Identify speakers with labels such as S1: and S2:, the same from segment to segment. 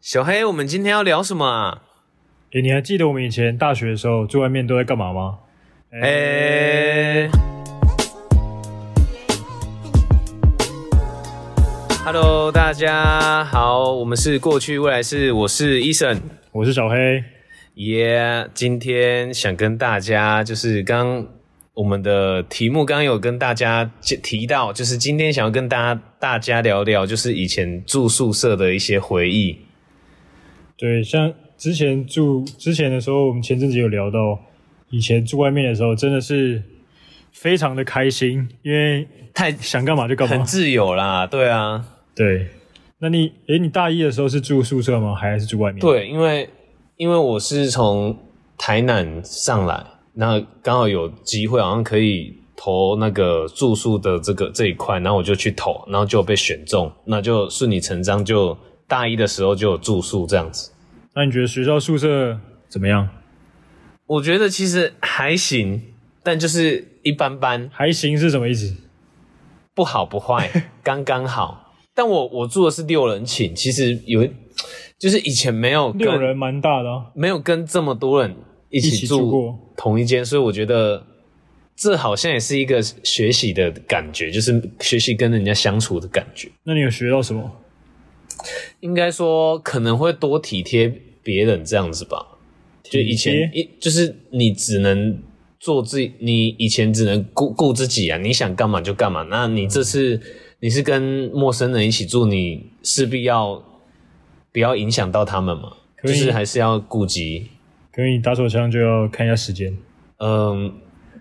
S1: 小黑，我们今天要聊什么啊？
S2: 诶，你还记得我们以前大学的时候住外面都在干嘛吗？
S1: 诶、h e l l o 大家好，我们是过去未来式，我是 Eason。
S2: 我是小黑，
S1: 耶、今天想跟大家就是刚我们的题目刚有跟大家介提到，就是今天想要跟大家大家聊聊，就是以前住宿舍的一些回忆。
S2: 对，像之前住之前的时候，我们前阵子有聊到，以前住外面的时候真的是非常的开心，因为
S1: 太
S2: 想干嘛就干
S1: 很
S2: 嘛。
S1: 自由啦，对啊，
S2: 对，那你诶，你大一的时候是住宿舍吗？还是住外面？，
S1: 对，因为因为我是从台南上来，那刚好有机会，好像可以投那个住宿的这个这一块，然后我就去投，然后就被选中，那就顺理成章就大一的时候就有住宿这样子。
S2: 那你觉得学校宿舍怎么样？
S1: 我觉得其实还行，但就是一般般，
S2: 还行是什么意思？
S1: 不好不坏， 刚刚好。但我我住的是六人寝，其实有一就是以前没有跟
S2: 六人蛮大的、啊，
S1: 没有跟这么多人一
S2: 一
S1: 起
S2: 起住
S1: 住
S2: 过。
S1: 同一间，所以我觉得这好像也是一个学习的感觉，就是学习跟人家相处的感觉。
S2: 那你有学到什么？
S1: 应该说可能会多体贴别人这样子吧。就以前
S2: 体
S1: 一就是你只能做自己，你以前只能顾顾自己啊，你想干嘛就干嘛。那你这次你是跟陌生人一起住，你势必要不要影响到他们嘛？
S2: 可
S1: 就
S2: 以
S1: 是还是要顾及。
S2: 可能你打手枪就要看一下时间，
S1: 嗯，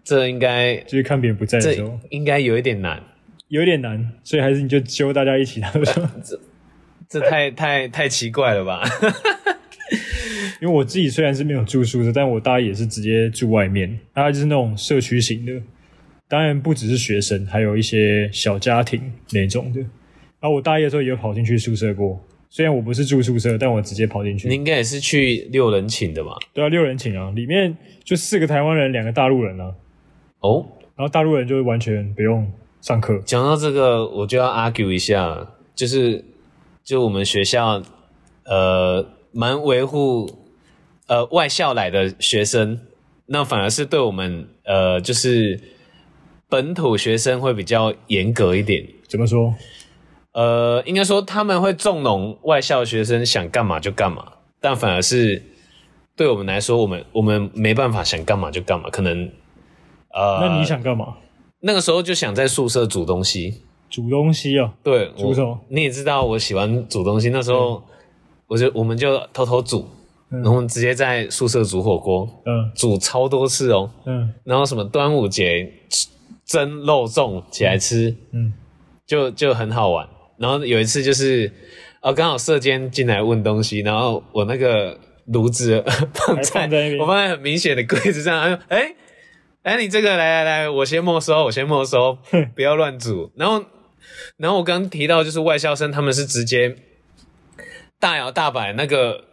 S1: 这应该
S2: 就是看别人不在的
S1: 这
S2: 时候。
S1: 应该有一点难，
S2: 有点难，所以还是你就揪大家一起，他们说，
S1: 这太太太奇怪了吧？
S2: 因为我自己虽然是没有住宿舍，但我大一也是直接住外面，大概就是那种社区型的，当然不只是学生，还有一些小家庭那种的。然后我大一的时候也有跑进去宿舍过，虽然我不是住宿舍，但我直接跑 进
S1: 你
S2: 去。
S1: 应该也是去六人寝的吧？
S2: 对啊，六人寝啊，里面就四个台湾人，两个大陆人啊，
S1: 哦，
S2: 然后大陆人就完全不用上课，
S1: 讲到这个，我就要 argue 一下了，就是就我们学校呃蛮维护呃外校来的学生，那反而是对我们呃就是本土学生会比较严格一点。
S2: 怎么说？
S1: 呃，应该说他们会纵容外校学生想干嘛就干嘛，但反而是对我们来说，我们我们没办法想干嘛就干嘛，可能呃，
S2: 那你想干嘛？
S1: 那个时候就想在宿舍煮东西，
S2: 煮东西啊？
S1: 对，
S2: 煮
S1: 我
S2: 什么？
S1: 你也知道我喜欢煮东西，那时候我就我们就偷偷煮，
S2: 嗯
S1: 然后我们直接在宿舍煮火锅，
S2: 嗯
S1: 煮超多次哦，
S2: 嗯
S1: 然后什么端午节蒸肉粽起来吃，
S2: 嗯，
S1: 就就很好玩。然后有一次就是，呃，刚好射监进来问东西，然后我那个炉子 放在
S2: 放在那边
S1: 我放在很明显的柜子上，他说：“哎、哎、你这个来来来，我先没收，我先没收， 不要乱煮。”然后，然后我刚提到就是外校生，他们是直接大摇大摆那个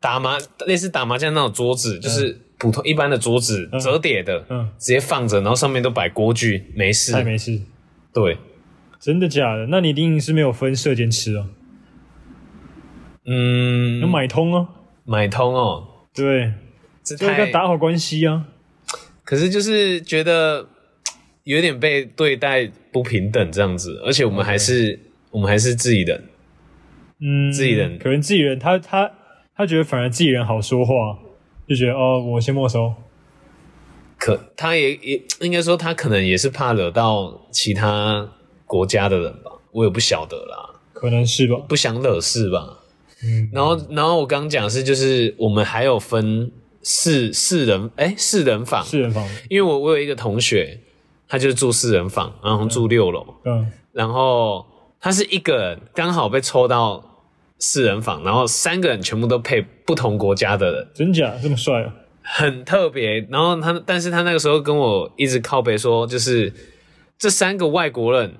S1: 打麻类似打麻将那种桌子，就是普通一般的桌子
S2: 嗯
S1: 折叠的，
S2: 嗯
S1: 直接放着，然后上面都摆锅具，没事
S2: 太，没事。
S1: 对。
S2: 真的假的？那你一定是没有分社间吃哦，
S1: 嗯，
S2: 有买通哦，
S1: 买通哦，
S2: 对，
S1: 这
S2: 就
S1: 太
S2: 要打好关系啊。
S1: 可是就是觉得有点被对待不平等这样子，而且我们还是、我们还是自己人，
S2: 嗯，
S1: 自己人
S2: 可能自己人，他他他觉得反而自己人好说话，就觉得哦，我先没收。
S1: 可他也也应该说他可能也是怕惹到其他国家的人吧，我也不晓得啦，
S2: 可能是吧，
S1: 不想惹事吧。
S2: 嗯，
S1: 然后然后我刚讲的是就是我们还有分四四人哎四人房，
S2: 四人房，
S1: 因为我我有一个同学，他就是住四人房，然后住六楼。
S2: 嗯，
S1: 然后他是一个人刚好被抽到四人房，然后三个人全部都配不同国家的人，
S2: 真假这么帅啊？
S1: 很特别。然后他，但是他那个时候跟我一直靠北说，就是这三个外国人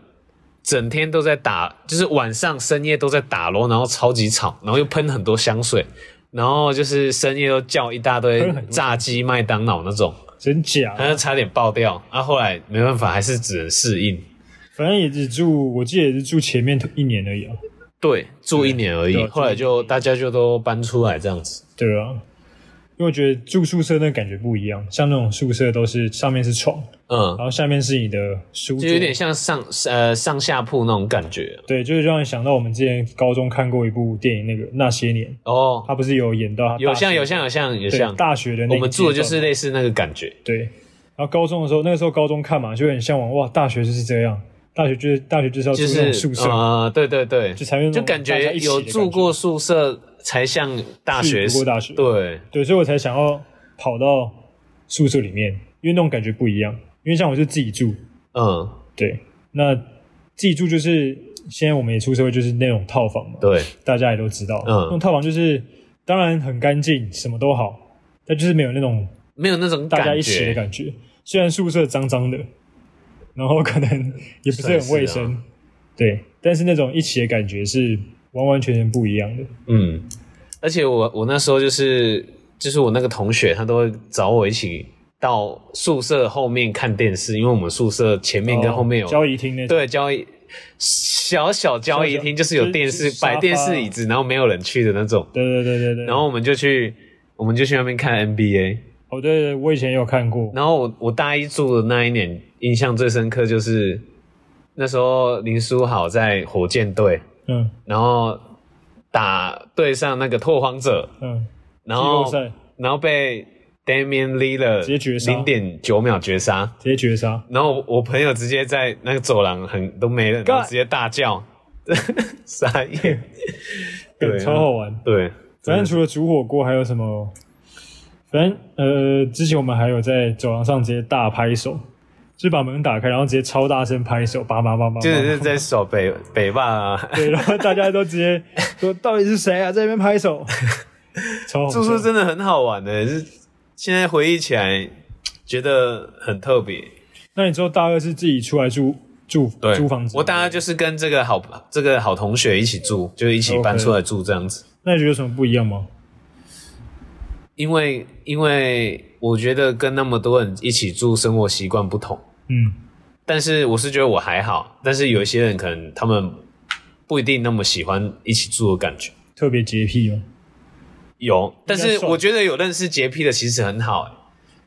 S1: 整天都在打，就是晚上深夜都在打咯，然后超级吵，然后又喷很多香水，然后就是深夜又叫一大堆
S2: 喷很多
S1: 炸鸡、麦当劳那种，
S2: 真假
S1: 他就差点爆掉。啊，后来没办法，还是只能适应。
S2: 反正也只住，我记得也是住前面一年而已啊。
S1: 对，住一年而
S2: 对
S1: 已，
S2: 啊
S1: 后来就大家就都搬出来这样子。
S2: 对啊，因为我觉得住宿舍那感觉不一样，像那种宿舍都是上面是床，
S1: 嗯
S2: 然，后下面是你的书桌，
S1: 就有点像上呃上下铺那种感觉
S2: 对，就是让你想到我们之前高中看过一部电影，那个那些年，
S1: 哦，
S2: 他不是有演到他
S1: 有
S2: 大学
S1: 像有像有像有
S2: 对
S1: 像，
S2: 大学的那个
S1: 我们住的
S2: 阶
S1: 就
S2: 段
S1: 是类似那个感觉。
S2: 对，然后高中的时候，那个时候高中看嘛，就很向往哇，大学就是这样，大学就是大学就是要住
S1: 就
S2: 那种
S1: 是
S2: 宿舍，
S1: 呃，对对对，
S2: 就才有那种
S1: 就感
S2: 大家
S1: 觉
S2: 一起的
S1: 有
S2: 感
S1: 住
S2: 觉
S1: 过宿舍才像大
S2: 去
S1: 学，
S2: 读过大学
S1: 对，
S2: 对，所以我才想要跑到宿舍里面，因为那种感觉不一样。因为像我是自己住，
S1: 嗯，
S2: 对，那自己住就是现在我们也出社会，就是那种套房嘛，
S1: 对，
S2: 大家也都知道，
S1: 嗯
S2: 那种套房就是当然很干净，什么都好，但就是没有那种
S1: 没有那种
S2: 大家一
S1: 感
S2: 起的
S1: 觉，
S2: 感觉。虽然宿舍脏脏的，然后可能也不是很
S1: 算
S2: 卫生，
S1: 是啊
S2: 对，但是那种一起的感觉是完完全全不一样的。
S1: 嗯，而且我我那时候就是就是我那个同学，他都会找我一起到宿舍后面看电视，因为我们宿舍前面跟后面有、
S2: 哦交易厅那种，
S1: 对交易小小交易厅，就是有电视
S2: 就是
S1: 摆电
S2: 沙发
S1: 视椅子，然后没有人去的那种，
S2: 对对对对对。
S1: 然后我们就去我们就去那边看 NBA。
S2: 哦，对对，我以前也有看过，
S1: 然后我我大一住的那一年，印象最深刻就是那时候林书豪在火箭队，
S2: 嗯
S1: 然后打对上那个拓荒者，
S2: 嗯，
S1: 然
S2: 季后
S1: 后
S2: 赛
S1: 然后被 Damian l i l l a
S2: 直接绝杀
S1: 零点九秒绝杀。
S2: 直接绝杀，
S1: 然后我我朋友直接在那个走廊很都没人，然后
S2: God
S1: 直接大叫， 傻眼。对啊
S2: 超好玩。
S1: 对，
S2: 反正除了煮火锅，还有什么？反正呃，之前我们还有在走廊上直接大拍手，就是把门打开，然后直接超大声拍手，叭叭叭叭叭，
S1: 就是在守北北霸啊。
S2: 对，然后大家都直接 说到底是谁啊，在那边拍手， 超好笑
S1: 住宿真的很好玩的，是现在回忆起来觉得很特别。
S2: 那你之后大二是自己出来住住租房子吗？
S1: 我大概就是跟这个好这个好同学一起住，就一起搬
S2: OK
S1: 出来住这样子。
S2: 那你觉得有什么不一样吗？
S1: 因为因为我觉得跟那么多人一起住，生活习惯不同。
S2: 嗯，
S1: 但是我是觉得我还好，但是有一些人可能他们不一定那么喜欢一起住的感觉。
S2: 特别洁癖哦吗？
S1: 有，但是
S2: 算
S1: 我觉得有认识洁癖的其实很好、欸，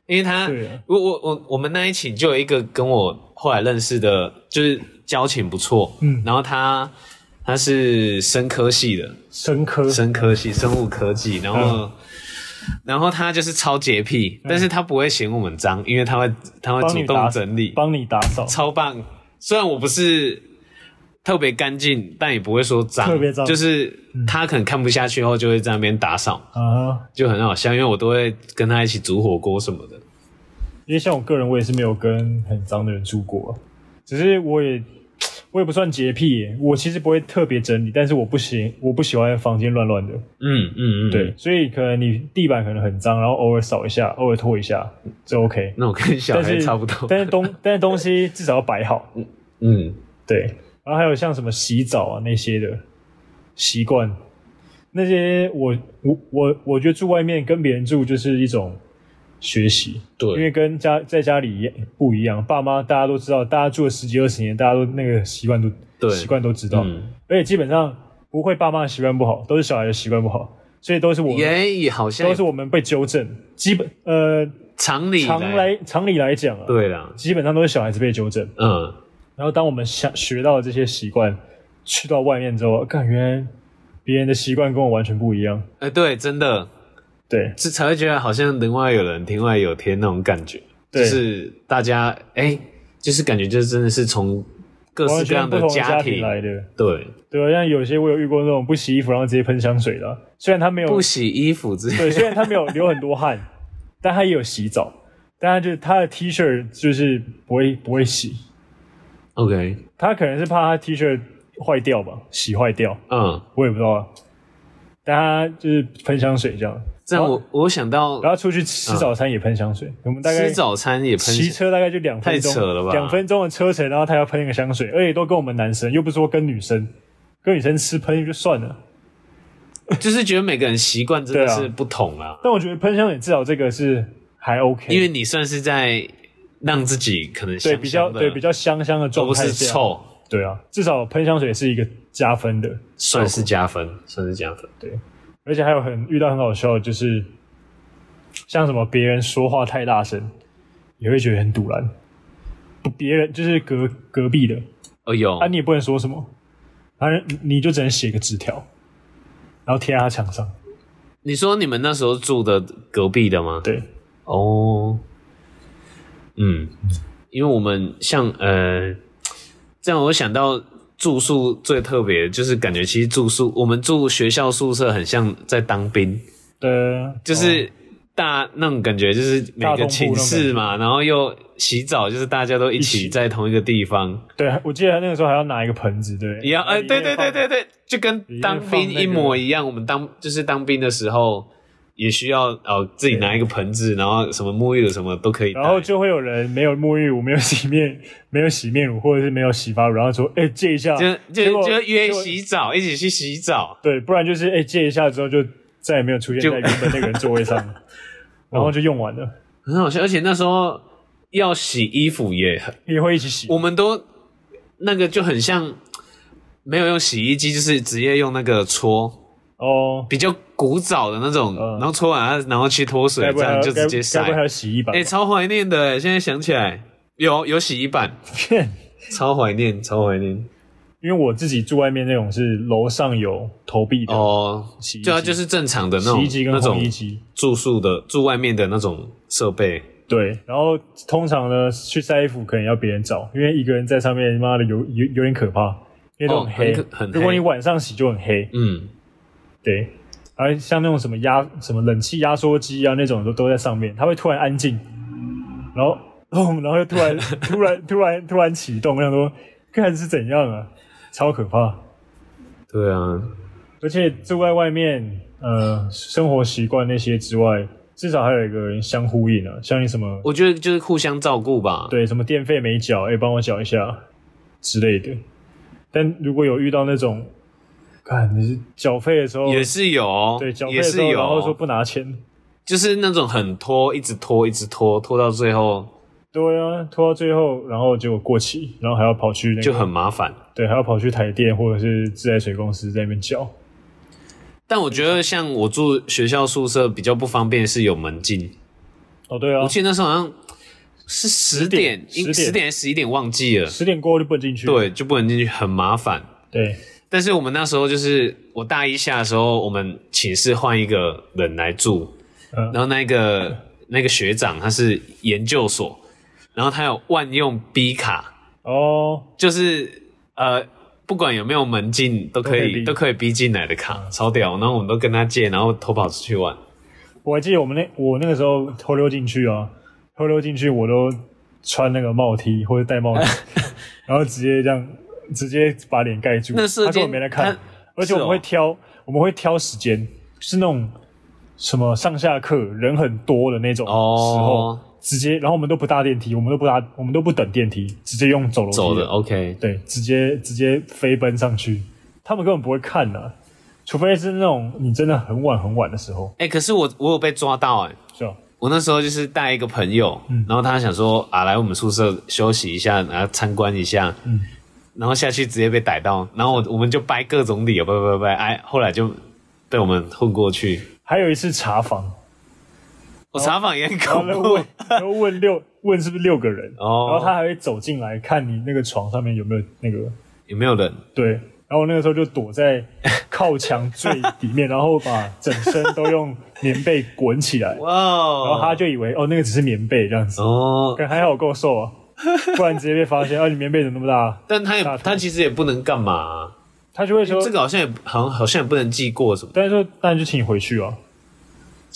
S1: 因为他
S2: 对啊，
S1: 我我我我们那一起就有一个跟我后来认识的，就是交情不错，
S2: 嗯
S1: 然后他他是生科系的，
S2: 深科
S1: 生科系生物科技，然后、
S2: 嗯
S1: 然后他就是超洁癖，但是他不会嫌我们脏，因为他会他会
S2: 帮
S1: 主
S2: 你打
S1: 动整理，
S2: 帮你打扫，
S1: 超棒。虽然我不是特别干净，但也不会说脏，
S2: 特别脏嗯
S1: 就是他可能看不下去后就会在那边打扫。
S2: 啊，
S1: 就很好笑，因为我都会跟他一起煮火锅什么的。
S2: 因为像我个人，我也是没有跟很脏的人住过啊，只是我也我也不算洁癖耶，我其实不会特别整理，但是我不喜我不喜欢房间乱乱的，
S1: 嗯嗯嗯，
S2: 对，，所以可能你地板可能很脏，然后偶尔扫一下，偶尔拖一下，这 OK。
S1: 那我跟 小
S2: 但
S1: 孩
S2: 是
S1: 差不多。
S2: 但是东但是东西至少要摆好，
S1: 嗯，
S2: 对。然后还有像什么洗澡啊那些的习惯，那些我我我我觉得住外面跟别人住就是一种学习，
S1: 对，
S2: 因为跟家在家里也不一样，爸妈大家都知道，大家住了十几二十年，大家都那个习惯都
S1: 对
S2: 习惯都知道，
S1: 嗯
S2: 而且基本上不会爸妈的习惯不好，都是小孩的习惯不好，所以都是我们
S1: 也也好像
S2: 都是我们被纠正，基本呃
S1: 常理
S2: 常
S1: 来
S2: 来常理来讲啊，，
S1: 对啦，
S2: 基本上都是小孩子被纠正。
S1: 嗯，
S2: 然后当我们想学到这些习惯，去到外面之后，感觉别人的习惯跟我完全不一样。
S1: 哎、对，真的，
S2: 对，
S1: 这才会觉得好像人外有人，天外有天那种感觉，
S2: 对
S1: 就是大家哎、就是感觉就是真的是从各
S2: 完
S1: 式各
S2: 全
S1: 样
S2: 不
S1: 的
S2: 同的
S1: 家
S2: 家
S1: 庭
S2: 庭来的。
S1: 对，
S2: 对啊，像有些我有遇过那种不洗衣服然后直接喷香水的啊，虽然他没有
S1: 不洗衣服之类
S2: 对，虽然他没有流很多汗，但他也有洗澡，但他就是他的 T 恤就是不会不会洗，
S1: ，OK，
S2: 他可能是怕他 T 恤坏掉吧，洗坏掉，
S1: 嗯，
S2: 我也不知道啊。但他就是喷香水这样，
S1: 这样我我想到
S2: 然后出去吃早餐也喷香水。我们大
S1: 嗯
S2: 概
S1: 吃早餐也喷
S2: 骑车大概就两分
S1: 太扯了
S2: 钟，
S1: 吧
S2: 两分钟的车程，然后他要喷一个香水，而且都跟我们男生，又不是说跟女生，跟女生吃喷就算了。
S1: 就是觉得每个人习惯真的
S2: 对啊
S1: 是不同啊。
S2: 但我觉得喷香水至少这个是还 OK，
S1: 因为你算是在让自己可能
S2: 对比较对比
S1: 较
S2: 较香香的
S1: 都
S2: 状
S1: 不
S2: 态
S1: 是
S2: 下，
S1: 臭，
S2: 对啊，至少喷香水是一个加分的，
S1: 算
S2: 嗯
S1: 是加分，算是加分。
S2: 而且还有很遇到很好笑的，就是像什么别人说话太大声，也会觉得很堵然。不别人就是隔隔壁的，
S1: 哦有
S2: 啊，你也不能说什么，反正你就只能写个纸条，然后贴在他墙上。
S1: 你说你们那时候住的隔壁的吗？
S2: 对，
S1: 哦，嗯，因为我们像呃，这样我想到住宿最特别，就是感觉其实住宿我们住学校宿舍很像在当兵，
S2: 呃，
S1: 就是大、那种感觉，就是每
S2: 大同步
S1: 个寝室嘛，然后又洗澡，就是大家都一
S2: 一起
S1: 起在同一个地方，
S2: 哦对，我记得那个时候还要啊拿一个盆子，对，
S1: 一样哎，
S2: 然后里
S1: 对
S2: 面
S1: 对对
S2: 放
S1: 对对，就跟
S2: 面
S1: 当
S2: 放
S1: 兵
S2: 那
S1: 一模
S2: 个
S1: 一样。我们当就是当兵的时候。也需要哦，自己拿一个盆子，然后什么沐浴乳什么都可以带。
S2: 然后就会有人没有沐浴乳、没有洗面、没有洗面乳，或者是没有洗发乳，然后说：“哎、借一下。
S1: 就
S2: 结
S1: 就
S2: 果
S1: 就约
S2: 结果
S1: 洗澡，一起去洗澡。
S2: 对，不然就是哎、借一下之后就再也没有出现
S1: 就
S2: 在原本那个人座位上， 然后就用完了，
S1: 很好笑。而且那时候要洗衣服也很，
S2: 也会一起洗。
S1: 我们都那个就很像没有用洗衣机，就是直接用那个搓，
S2: 哦，
S1: 比较古早的那种，
S2: 嗯
S1: 然后搓完然后去脱水
S2: 该，
S1: 这
S2: 不会还
S1: 样
S2: 有
S1: 就直接
S2: 该该不会还
S1: 晒。
S2: 有洗衣板
S1: 哎、？超怀念的哎！现在想起来，有有洗衣板，
S2: 骗
S1: 超怀念，超怀念。
S2: 因为我自己住外面那种是楼上有投币的
S1: 哦，
S2: 洗衣机，
S1: 对啊，就是正常的那
S2: 洗
S1: 种
S2: 衣机跟
S1: 那
S2: 烘
S1: 种
S2: 衣机。
S1: 住宿的住外面的那种设备。
S2: 对，然后通常呢，去晒衣服可能要别人找，因为一个人在上面，妈的有有有点可怕，因为都
S1: 哦
S2: 很
S1: 很
S2: 黑。
S1: 可很黑
S2: 如果你晚上洗就很黑，
S1: 嗯，
S2: 对。而像那种什么压什么冷气压缩机啊那种都都在上面，它会突然安静，然后然后又突然突然突然突然启动，我想说看是怎样啊，超可怕。
S1: 对啊，
S2: 而且住在外面，呃，生活习惯那些之外，至少还有一个人相呼应啊，像你什么
S1: 我觉得就是互相照顾吧。
S2: 对，什么电费没缴，哎、帮我缴一下之类的。但如果有遇到那种，看你是缴费的时候，
S1: 也是有哦，
S2: 对，缴费
S1: 也
S2: 的
S1: 是
S2: 时候，
S1: 有
S2: 然后说
S1: 哦，
S2: 不拿钱，
S1: 就是那种很拖，一直拖，一直拖，拖到最后
S2: 对啊，拖到最后，然后结果过期，然后还要跑去那个，
S1: 就很麻烦。
S2: 对，还要跑去台电或者是自来水公司在那边缴。
S1: 但我觉得像我住学校宿舍比较不方便是有门禁，
S2: 哦，对啊
S1: 我，记得那时候好像是十点
S2: 点，10
S1: 十点十一点忘记了，
S2: 十点过后就不能进去。
S1: 对，就不能进去，很麻烦。
S2: 对，
S1: 但是我们那时候就是我大一下的时候，我们寝室换一个人来住，
S2: 嗯
S1: 然后那个那个学长他是研究所，然后他有万用 B 卡，
S2: 哦，
S1: 就是呃，不管有没有门禁，都可以
S2: 都
S1: 都可以逼嗯进来的卡，超屌。然后我们都跟他借，然后偷跑出去玩。
S2: 我还记得我们那我那个时候偷溜进去啊，偷溜进去我都穿那个帽 T 或者 戴帽 T，然后直接这样直接把脸盖住。
S1: 那瞬
S2: 他
S1: 间
S2: 根本没来看
S1: 他，
S2: 而且我们会
S1: 是哦
S2: 挑、我们会挑时间，就是那种什么上下课人很多的那种时候，
S1: 哦
S2: 直接然后我们都不搭电梯，我们都不搭我们都不等电梯，直接用走楼梯
S1: 走的哦 OK，
S2: 对，直接直接飞奔上去，他们根本不会看的、啊除非是那种你真的很晚很晚的时候，
S1: 哎、可是我我有被抓到哎、
S2: 是吧？
S1: 我那时候就是带一个朋友，
S2: 嗯
S1: 然后他想说啊，来我们宿舍休息一下，然后参观一下，
S2: 嗯
S1: 然后下去直接被逮到，然后我我们就掰各种理由，掰掰掰，哎，后来就被我们混过去。
S2: 还有一次 查房，
S1: 我查访也很
S2: 然后
S1: 恐
S2: 呢
S1: 怖
S2: 哦问，然后问六问是不是六个人，
S1: 哦
S2: 然后他还会走进来看你那个床上面有没有那个
S1: 有没有人？
S2: 对，然后我那个时候就躲在靠墙最里 面，然后把整身都用棉被滚起来，
S1: 哇
S2: 然后
S1: 哦！
S2: 他就以为哦那个只是棉被这样子，
S1: 哦，
S2: 可还好我够 瘦啊，不然直接被发现，啊你棉被怎么那么大？
S1: 但他也
S2: 大头
S1: 他其实也不能干嘛啊、
S2: 他就会说
S1: 这，个好像也好像好像也不能记过什么。
S2: 但是说当然就请你回去啊，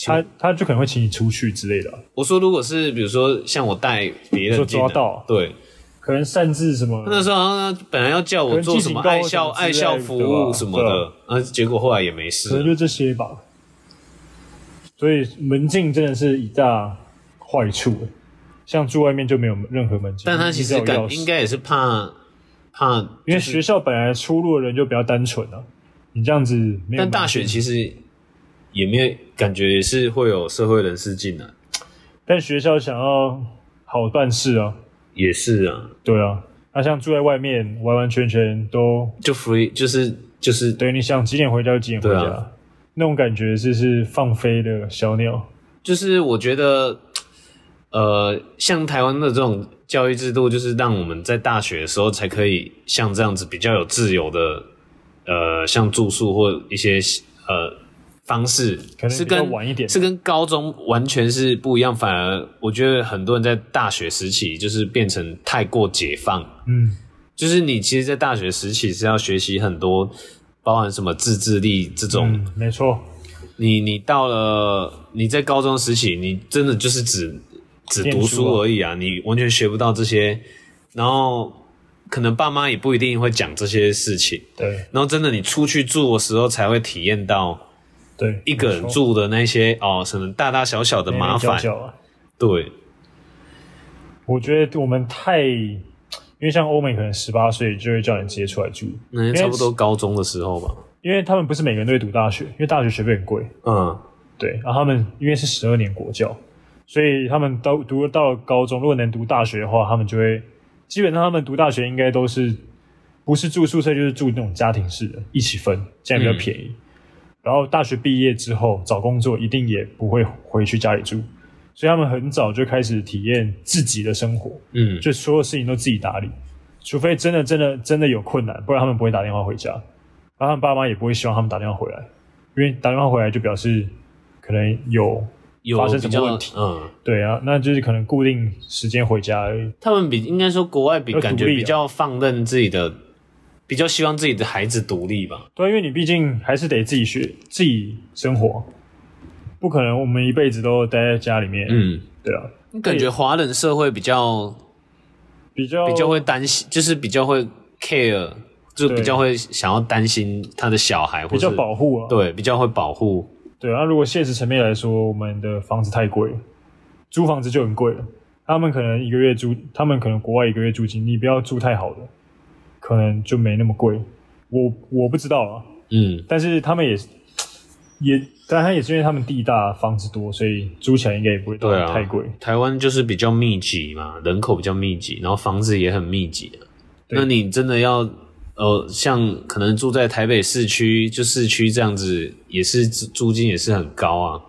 S2: 他他就可能会请你出去之类的啊，
S1: 我说，如果是比如说像我带别人
S2: 说
S1: 进来
S2: 抓到
S1: 对，
S2: 可能擅自什么
S1: 那时候好像本来要叫我做什么
S2: 可能
S1: 爱
S2: 记警告
S1: 校
S2: 什么
S1: 爱
S2: 之类的
S1: 校服务什么
S2: 对
S1: 的，啊，结果后来也没
S2: 可能
S1: 事。
S2: 就这些吧。所以门禁真的是一大坏处欸，像住外面就没有任何门禁。
S1: 但他其实
S2: 你只有
S1: 感
S2: 钥匙
S1: 应该也是怕怕，
S2: 因为学校本来出入的人就比较单纯啊，你这样子没有门禁。
S1: 但大学其实也没有感觉也是会有社会人士进来，
S2: 但学校想要好办事啊，
S1: 也是啊，
S2: 对啊，那像住在外面，完完全全都
S1: 就 free 就是就是
S2: 对你想几点回家就几点回家，
S1: 对啊
S2: 那种感觉就是放飞的小鸟。
S1: 就是我觉得，呃，像台湾的这种教育制度，就是让我们在大学的时候才可以像这样子比较有自由的，呃，像住宿或一些呃方式，
S2: 可能
S1: 是
S2: 比较
S1: 跟
S2: 晚一点
S1: 是跟高中完全是不一样。反而我觉得很多人在大学时期就是变成太过解放，
S2: 嗯，
S1: 就是你其实，在大学时期是要学习很多，包含什么自制力这种。
S2: 嗯，没错，
S1: 你你到了你在高中时期，你真的就是只只
S2: 念
S1: 读
S2: 书
S1: 书
S2: 啊
S1: 而已啊，你完全学不到这些，然后可能爸妈也不一定会讲这些事情，
S2: 对
S1: 然后真的你出去住的时候才会体验到
S2: 对，
S1: 一个人住的那些哦，什么大大小小的
S2: 的
S1: 麻烦，
S2: 啊。
S1: 对，
S2: 我觉得我们太，因为像欧美可能十八岁就会叫你直接出来住，
S1: 那
S2: 为
S1: 差不多高中的时候吧，
S2: 因为他们不是每个人都会读大学，因为大学学费很贵。
S1: 嗯，
S2: 对，然后他们因为是十二年国教，所以他们到读到了高中，如果能读大学的话，他们就会基本上他们读大学应该都是不是住宿舍就是住那种家庭式的，一起分，这样比较便宜。然后大学毕业之后找工作一定也不会回去家里住，所以他们很早就开始体验自己的生活，
S1: 嗯，
S2: 就所有事情都自己打理，除非真的真的真的有困难，不然他们不会打电话回家，然后他们爸妈也不会希望他们打电话回来，因为打电话回来就表示可能有
S1: 有
S2: 发生
S1: 比
S2: 什么
S1: 较
S2: 问题
S1: 嗯，
S2: 对啊，那就是可能固定时间回家而已。
S1: 他们比应该说国外比
S2: 要独
S1: 感觉
S2: 立
S1: 比
S2: 啊
S1: 较放任自己的，比较希望自己的孩子独立吧，
S2: 对啊，因为你毕竟还是得自己学自己生活，不可能我们一辈子都待在家里面。，
S1: 嗯。
S2: 对哦啊，
S1: 感觉华人社会比较
S2: 比较
S1: 比较会担心，就是比较会 care，就
S2: 对
S1: 比较会想要担心他的小孩，或
S2: 比较
S1: 者
S2: 保护啊。
S1: 对比较会保护。
S2: 对啊，那如果现实层面来说，我们的房子太贵，租房子就很贵了。他们可能一个月租，他们可能国外一个月租金，你不要租太好的，可能就没那么贵。我我不知道啊，
S1: 嗯，
S2: 但是他们也也，当然也是因为他们地大房子多，所以租起来应该也不会到
S1: 对啊，
S2: 太贵。
S1: 台湾就是比较密集嘛，人口比较密集，然后房子也很密集、啊。
S2: 对
S1: 那你真的要呃，像可能住在台北市区，就市区这样子，也是租租金也是很高啊。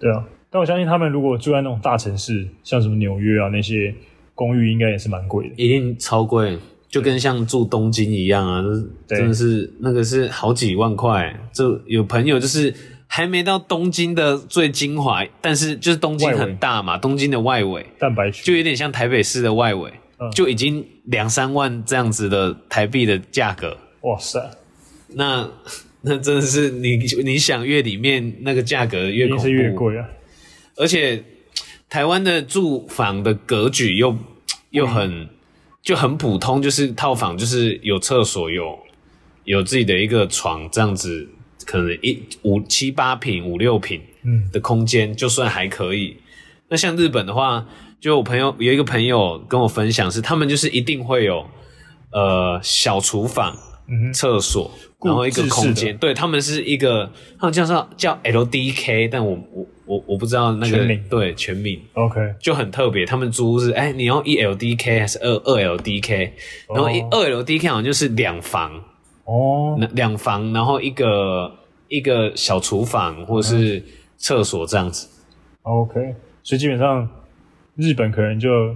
S2: 对啊，但我相信他们如果住在那种大城市，像什么纽约啊那些公寓，应该也是蛮贵的。
S1: 一定超贵，就跟像住东京一样啊，就是
S2: 对
S1: 真的是那个是好几万块。就有朋友就是还没到东京的最精华，但是就是东京
S2: 外围
S1: 很大嘛，东京的外围
S2: 蛋白
S1: 就
S2: 区
S1: 有点像台北市的外围，
S2: 嗯
S1: 就已经两三万这样子的台币的价格，
S2: 哇塞，
S1: 那 那真的是你你想越里面那个价格越
S2: 一
S1: 恐
S2: 定
S1: 怖，
S2: 是越贵啊。
S1: 而且台湾的住房的格局又又很、就很普通，就是套房，就是有厕所，有有自己的一个床，这样子可能一五七八平、五六平
S2: 嗯
S1: 的空间，就算还可以。那像日本的话，就我朋友有一个朋友跟我分享是，他们就是一定会有呃小厨房，
S2: 嗯哼，
S1: 厕所，
S2: 固
S1: 然后一个
S2: 制式
S1: 空
S2: 的
S1: 间，对他们是一个，他们叫上叫 LDK，但我我我我不知道那个
S2: 全名
S1: 对全名
S2: OK，
S1: 就很特别。他们租是哎，你要一 LDK 还是二二 LDK？然后一
S2: 哦
S1: 二 LDK 好像就是两房，
S2: 哦，
S1: 那两房，然后一个一个小厨房或
S2: 嗯
S1: 是厕所这样子。
S2: OK，所以基本上日本可能就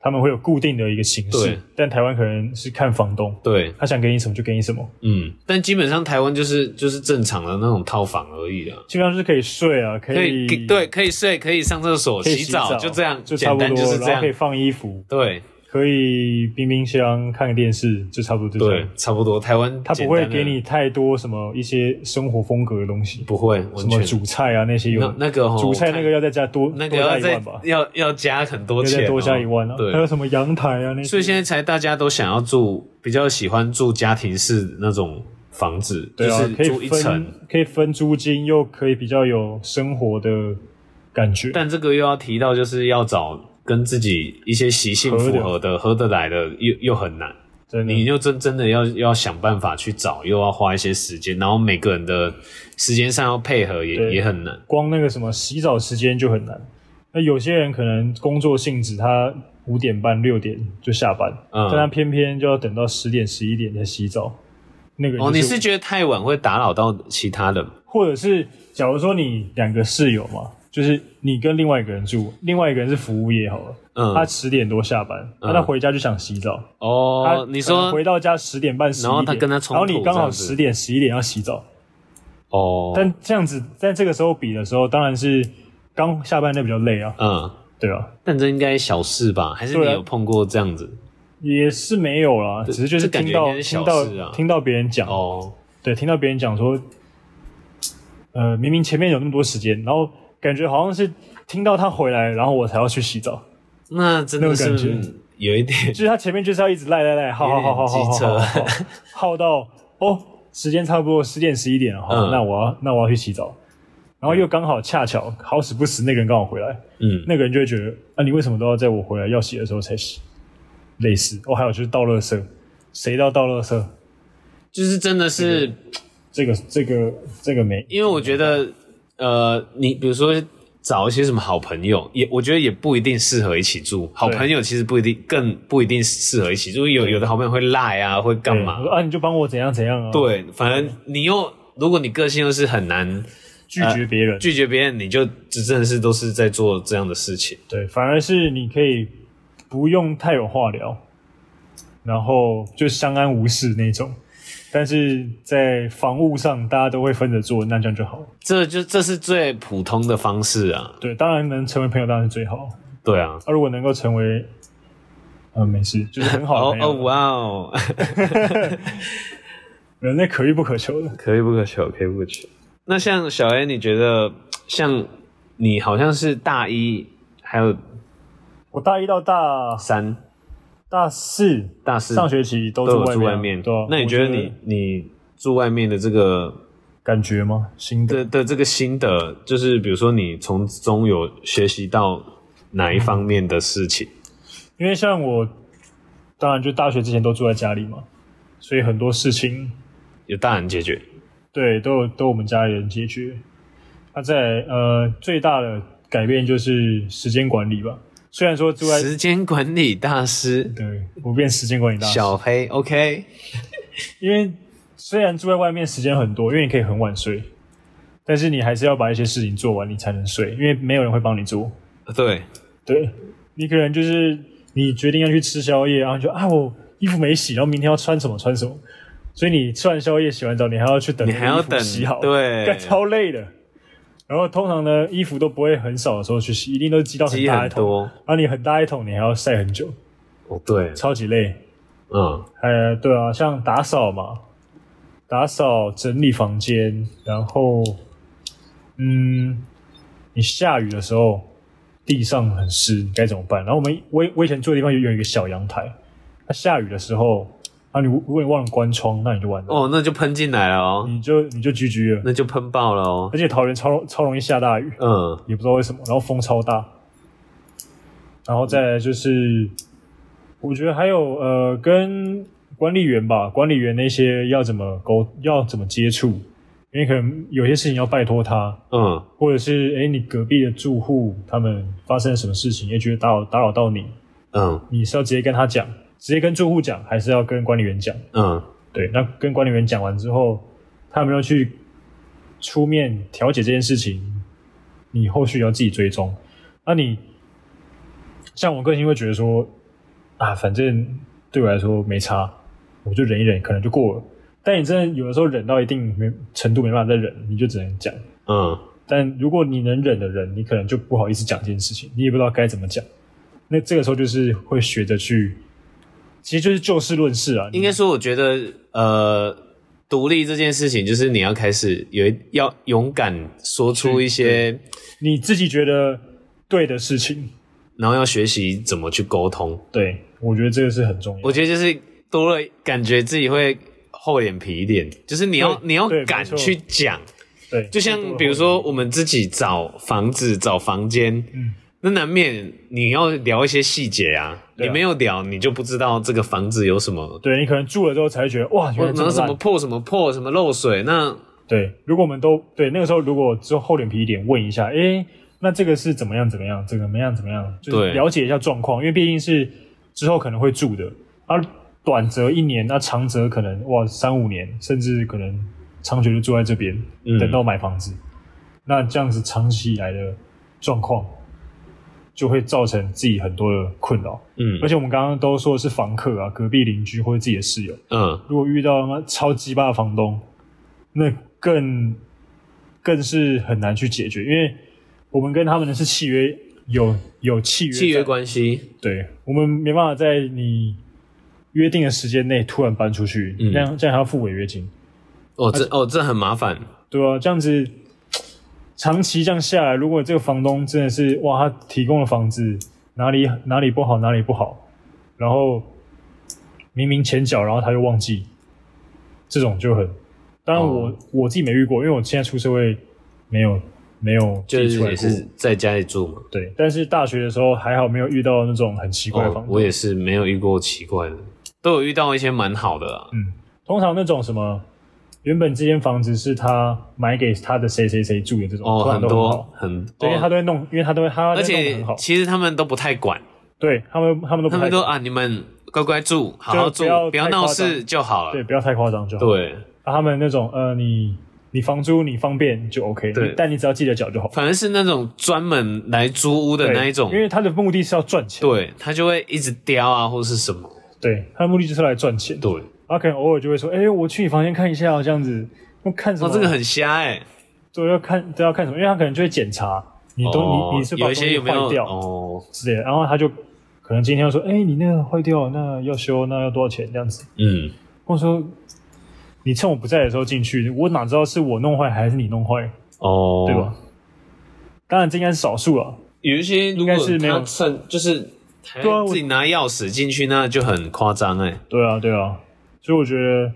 S2: 他们会有固定的一个形
S1: 对
S2: 式，但台湾可能是看房东，
S1: 对，
S2: 他想给你什么就给你什么，
S1: 嗯，但基本上台湾就是就是正常的那种套房而已啊。
S2: 基本上就是可以睡啊，可
S1: 可以
S2: 以
S1: 对，可以睡，可以上厕所、
S2: 可以
S1: 洗
S2: 澡，
S1: 就这样，
S2: 就差
S1: 简
S2: 不多，
S1: 单就是这
S2: 然后
S1: 样
S2: 可以。放衣服，
S1: 对，
S2: 可以冰冰箱，看个电视，就差不多就这
S1: 对
S2: 样。，
S1: 差不多。台湾
S2: 他
S1: 简
S2: 不
S1: 单
S2: 会
S1: 的
S2: 给你太多什么一些生活风格的东西，
S1: 不会
S2: 什
S1: 完
S2: 么
S1: 全
S2: 主菜啊那些有
S1: 那那个哦
S2: 主菜那个要再加多
S1: 那个
S2: 多
S1: 要
S2: 加一
S1: 再
S2: 万吧，
S1: 要要加很多
S2: 要
S1: 钱、
S2: 再
S1: 哦，
S2: 多加一万啊。还有
S1: 对，
S2: 什么阳台啊那些，
S1: 所以现在才大家都想要住，比较喜欢住家庭式那种房子，
S2: 对啊，
S1: 就
S2: 可
S1: 是住
S2: 以
S1: 一
S2: 分
S1: 层。
S2: 可以分租金，又可以比较有生活的感觉。
S1: 但这个又要提到，就是要找跟自己一些习性符合的、合得来的，又又很难。
S2: 真
S1: 你
S2: 的，
S1: 就真真的要要想办法去找，又要花一些时间，然后每个人的时间上要配合也，也
S2: 对
S1: 很难。
S2: 光那个什么洗澡时间就很难。那有些人可能工作性质，他五点半六点就下班，
S1: 嗯
S2: 但他偏偏就要等到十点十一点才洗澡。那个、就
S1: 哦，你是觉得太晚会打扰到其他人？
S2: 或者是假如说你两个室友嘛，就是你跟另外一个人住，另外一个人是服务业好了，
S1: 嗯
S2: 他十点多下班，那、他回家就想洗澡，
S1: 哦
S2: 他，
S1: 你
S2: 可能
S1: 说
S2: 回到家十点半十一点，
S1: 然后他跟他冲突
S2: 然后你刚
S1: 这
S2: 好
S1: 样子
S2: 十点十一点要洗澡，
S1: 哦，
S2: 但这样子在这个时候比的时候，当然是刚下班那比较累啊，
S1: 嗯，
S2: 对啊，
S1: 但这应该小事吧？还是你
S2: 对啊
S1: 有碰过这样子？
S2: 也是没有啦，只是就是
S1: 这感觉
S2: 听到、
S1: 应该是小
S2: 听到
S1: 事啊
S2: 听到别人讲，
S1: 哦，
S2: 对，听到别人讲说，呃，明明前面有那么多时间，然后感觉好像是听到他回来，然后我才要去洗澡，
S1: 那真的
S2: 那种感
S1: 是
S2: 觉
S1: 有一点
S2: 就是他前面就是要一直赖赖赖，耗耗耗耗耗
S1: 有点机车
S2: 耗耗，耗到哦，时间差不多十点十一点了，好，
S1: 嗯
S2: 那我要那我要去洗澡，然后又刚好恰巧好死不死那个人刚好回来，
S1: 嗯，
S2: 那个人就会觉得啊，你为什么都要在我回来要洗的时候才洗？类似哦，还有就是倒垃圾，谁要倒垃圾？
S1: 就是真的是
S2: 这个这个这个没，
S1: 因为我觉得，呃，你比如说找一些什么好朋友，也我觉得也不一定适合一起住。好朋友其实不一定，更不一定适合一起住。有有的好朋友会赖啊，会干嘛
S2: 我？说啊，你就帮我怎样怎样啊？，
S1: 对，反正你又如果你个性又是很难
S2: 拒绝别人，
S1: 拒绝别人，你就只真的是都是在做这样的事情。
S2: 对，反而是你可以不用太有话聊，然后就相安无事那种。但是在防务上，大家都会分着做，那这样就好了。
S1: 这就这是最普通的方式啊，
S2: 对，当然能成为朋友当然是最好。
S1: 对啊。
S2: 啊，如果能够成为，呃，没事，就是很好
S1: 哦
S2: 的朋
S1: 哦
S2: 友，
S1: 哇 哦，
S2: 人类可遇不可求的。
S1: 可遇不可求，可遇不可求。那像小 A，你觉得像你好像是大一还有
S2: 我大一到大
S1: 三
S2: 大四
S1: 大四
S2: 上学期都
S1: 都有
S2: 外
S1: 住
S2: 面啊，
S1: 外面，
S2: 对啊、
S1: 那你
S2: 我
S1: 觉
S2: 觉
S1: 得你你住外面的这个
S2: 感觉吗？心得
S1: 的的这个心得，就是比如说你从中有学习到哪一方面的事情？
S2: 因为像我，当然就大学之前都住在家里嘛，所以很多事情
S1: 有大人解决，
S2: 对都有都我们家里人解决。那在呃最大的改变就是时间管理吧。虽然说住在
S1: 时间管理大师
S2: 对我变时间管理大师，
S1: 小黑，OK，
S2: 因为虽然住在外面时间很多，因为你可以很晚睡，但是你还是要把一些事情做完，你才能睡，因为没有人会帮你做。
S1: 对，
S2: 对你可能就是你决定要去吃宵夜，然后你就啊我衣服没洗，然后明天要穿什么穿什么，所以你吃完宵夜洗完澡，你还要去等
S1: 你
S2: 那个
S1: 还要
S2: 衣服
S1: 等
S2: 洗好，
S1: 对
S2: 干超累的。然后通常呢，衣服都不会很少的时候去洗，一定都积到很
S1: 积
S2: 大一
S1: 很
S2: 桶，
S1: 多，
S2: 然后你很大一桶，你还要晒很久，
S1: 哦对，
S2: 超级累。
S1: 嗯，
S2: 呃，对啊，像打扫嘛，打扫整理房间，然后，嗯，你下雨的时候地上很湿，你该怎么办？然后我们我我以前住的地方有有一个小阳台，那下雨的时候，啊，你如果你忘了关窗，那你就完了，
S1: 哦那就喷进来了哦，
S2: 你就你就 GG 了。
S1: 那就喷爆了哦，
S2: 而且桃园超容超容易下大雨，
S1: 嗯，
S2: 也不知道为什么，然后风超大，然后再来就是，我觉得还有呃，跟管理员吧，管理员那些要怎么沟，要怎么接触，因为可能有些事情要拜托他，
S1: 嗯
S2: 或者是哎，你隔壁的住户他们发生了什么事情，也觉得打扰打扰到你，
S1: 嗯
S2: 你是要直接跟他讲，直接跟住户讲，还是要跟管理员讲？
S1: 嗯，
S2: 对，那跟管理员讲完之后，他有没有去出面调解这件事情？你后续要自己追踪。那你像我个性会觉得说，啊，反正对我来说没差，我就忍一忍，可能就过了。但你真的有的时候忍到一定没程度没办法再忍，你就只能讲。
S1: 嗯
S2: 但如果你能忍的人，你可能就不好意思讲这件事情，你也不知道该怎么讲。那这个时候就是会学着去，其实就是就事论事啊。你
S1: 应该说，我觉得呃，独立这件事情，就是你要开始有一要勇敢说出一些，
S2: 你自己觉得对的事情，
S1: 然后要学习怎么去沟通。
S2: 对我觉得这个是很重要
S1: 我。觉得就是多了感觉自己会厚脸皮一点，就是你要
S2: 对
S1: 你要
S2: 对
S1: 敢
S2: 没错
S1: 去讲。
S2: 对，
S1: 就
S2: 更多
S1: 像
S2: 的
S1: 比如说
S2: 后
S1: 我们自己找房子、找房间，
S2: 嗯
S1: 那难免你要聊一些细节啊，
S2: 对啊
S1: 你没有聊，你就不知道这个房子有什么。
S2: 面，对你可能住了之后才会觉得哇，原来
S1: 然
S2: 这
S1: 后
S2: 么
S1: 什
S2: 烂
S1: 么破什么破什么漏水，那
S2: 对，如果我们都对那个时候，如果之后厚脸皮一点问一下，诶，那这个是怎么样怎么样，怎么样怎么样，就是
S1: 对
S2: 了解一下状况，因为毕竟是之后可能会住的，而短则一年，那长则可能哇三五年，甚至可能长久就住在这边，
S1: 嗯
S2: 等到买房子，那这样子长期以来的状况。就会造成自己很多的困扰，
S1: 嗯
S2: 而且我们刚刚都说的是房客啊，隔壁邻居或者自己的室友，
S1: 嗯，
S2: 如果遇到他妈超级霸的房东，那更更是很难去解决，因为我们跟他们的是契约，有有契约在
S1: 契约，关系，
S2: 对我们没办法在你约定的时间内突然搬出去，
S1: 嗯
S2: 那样这样还要付违约金，
S1: 哦，这哦这很麻烦，
S2: 对啊，这样子长期这样下来，如果这个房东真的是哇，他提供的房子哪里哪里不好，哪里不好，然后明明前脚，然后他又忘记，这种就很……当然我，我、
S1: 哦
S2: 自己没遇过，因为我现在出社会没有没有
S1: 就
S2: 自己
S1: 是
S2: 出来
S1: 也
S2: 过。
S1: 是在家里住嘛。
S2: 对，但是大学的时候还好没有遇到那种很奇怪的
S1: 哦
S2: 房，东。
S1: 我也是没有遇过奇怪的，都有遇到一些蛮好的啦。
S2: 嗯，通常那种什么，原本这间房子是他买给他的谁谁谁住的这种，
S1: 哦，
S2: 通
S1: 很
S2: 常都
S1: 多
S2: 好。
S1: 很，
S2: 对，因为
S1: 哦
S2: 他都会弄，因为他都会，他都
S1: 而
S2: 会弄得
S1: 且
S2: 很好。
S1: 其实他们都不太管，
S2: 对他们，他们都不
S1: 他
S2: 太
S1: 们都啊，你们乖乖住，好好住
S2: 不要，
S1: 不要
S2: 太
S1: 闹
S2: 夸张
S1: 事就好
S2: 对，
S1: 了。
S2: 不要太夸张就好。
S1: 对，
S2: 啊，他们那种呃，你你房租你方便就 OK，
S1: 对
S2: 你但你只要记得缴就好。
S1: 反而是那种专门来租屋的那一种
S2: 因，为他的目的是要赚钱，
S1: 对他就会一直刁啊，或是什么。
S2: 对，他的目的就是来赚钱。
S1: 对，
S2: 他可能偶尔就会说，哎、我去你房间看一下哦，这样子，那看什么？
S1: 哦，这个很瞎哎。
S2: 对，要看都要看什么，因为他可能就会检查你都、
S1: 哦
S2: 你你是把
S1: 有一
S2: 东
S1: 些
S2: 西
S1: 有没
S2: 坏
S1: 有
S2: 掉、
S1: 哦，
S2: 之类的，然后他就可能今天要说，哎、你那个坏掉，那要修，那要多少钱？这样子，
S1: 嗯，
S2: 或者说你趁我不在的时候进去，我哪知道是我弄坏还是你弄坏？
S1: 哦，
S2: 对吧？？当然这应该是少数啊，
S1: 有一些如
S2: 该
S1: 果
S2: 是没有
S1: 他趁就是还
S2: 对啊我
S1: 自己拿钥匙进去，那就很夸张哎。
S2: 对啊，对啊，所以我觉得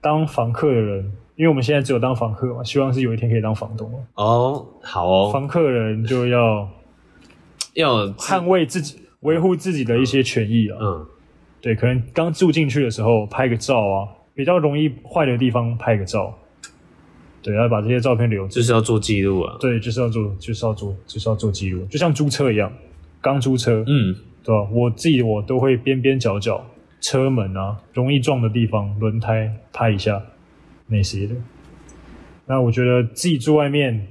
S2: 当房客的人，因为我们现在只有当房客嘛，希望是有一天可以当房东了。
S1: 哦，好哦，
S2: 房客的人就要
S1: 要有自
S2: 捍卫自己、维护自己的一些权益啊。
S1: 嗯，
S2: 对，可能刚住进去的时候拍个照啊，比较容易坏的地方拍个照，对，要把这些照片留着。
S1: 就是要做记录啊。
S2: 对，就是要做，就是要做，就是要做记录，就像租车一样，刚租车，
S1: 嗯，
S2: 对吧、我自己我都会边边角角、车门啊、容易撞的地方、轮胎拍一下那些的。那我觉得自己住外面，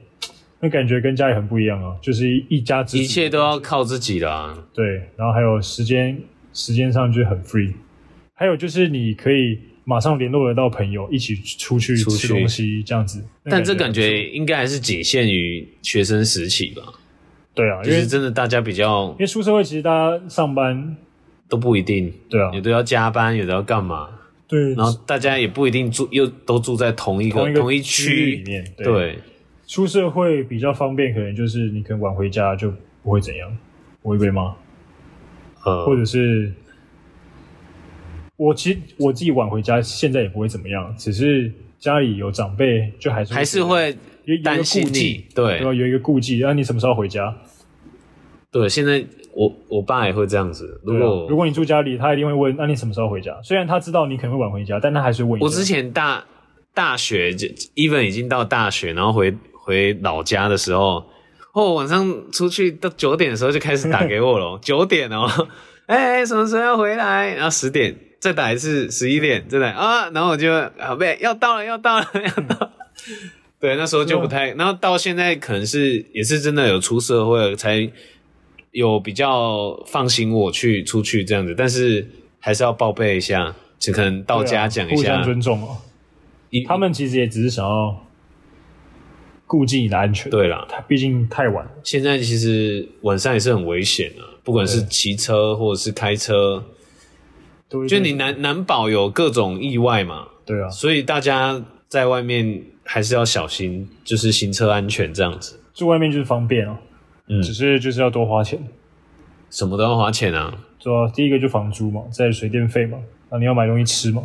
S2: 那感觉跟家里很不一样啊，就是一一家之主
S1: 一切都要靠自己啦。
S2: 对，然后还有时间时间上就很 free，还有就是你可以马上联络得到朋友，一起出去
S1: 出
S2: 吃
S1: 去
S2: 东西这样子。那
S1: 但这
S2: 很
S1: 感
S2: 不
S1: 觉应该还是仅限于学生时期吧，
S2: 错对啊，
S1: 就
S2: 因为
S1: 是
S2: 因
S1: 真的大家比较
S2: 为出社会其实大家上班，
S1: 都不一定，
S2: 对啊
S1: 有，的要加班，有的要干嘛，
S2: 对，
S1: 然后大家也不一定住又都住在同一个
S2: 同一个
S1: 一
S2: 区域里面，对
S1: 对，
S2: 出社会比较方便，可能就是你可能晚回家就不会怎样，不会被骂，
S1: 呃
S2: 或，者是我其实我自己晚回家现在也不会怎么样，只是家里有长辈就还是
S1: 还是会
S2: 有有一个
S1: 担心
S2: 顾忌
S1: 你，，
S2: 对吧？有一个顾忌，啊那你什么时候回家？
S1: 对，现在我我爸也会这样子。如
S2: 对啊
S1: 果、
S2: 如果你住家里，他一定会问，那啊你什么时候回家？虽然他知道你可能会晚回家，但他还是会问一下。
S1: 我之前大大学就 even 已经到大学，然后回回老家的时候，哦，晚上出去到九点的时候就开始打给我 了，九点哦， 哎、哎什么时候要回来？然后十点再打一次，十一点再打啊，然后我就啊，不要到了，要到了， 要到了。对，那时候就不
S2: 啊
S1: 太，然后到现在可能是也是真的有出社会了才有比较放心我去出去这样子，但是还是要报备一下，只可能到
S2: 对啊
S1: 家讲一
S2: 互
S1: 下，
S2: 相尊重哦。
S1: 一
S2: 他们其实也只是想要顾忌你的安全。，
S1: 对啦，
S2: 他毕竟太晚了。
S1: 现在其实晚上也是很危险啊，不管是骑车或者是开车，
S2: 对
S1: 就你难难保有各种意外嘛，
S2: 对啊，
S1: 所以大家在外面还是要小心，就是行车安全这样子。
S2: 住外面就是方便哦，
S1: 嗯
S2: 只是就是要多花钱，
S1: 什么都要花钱啊，
S2: 对吧、第一个就房租嘛，再来水电费嘛，啊，你要买东西 吃嘛，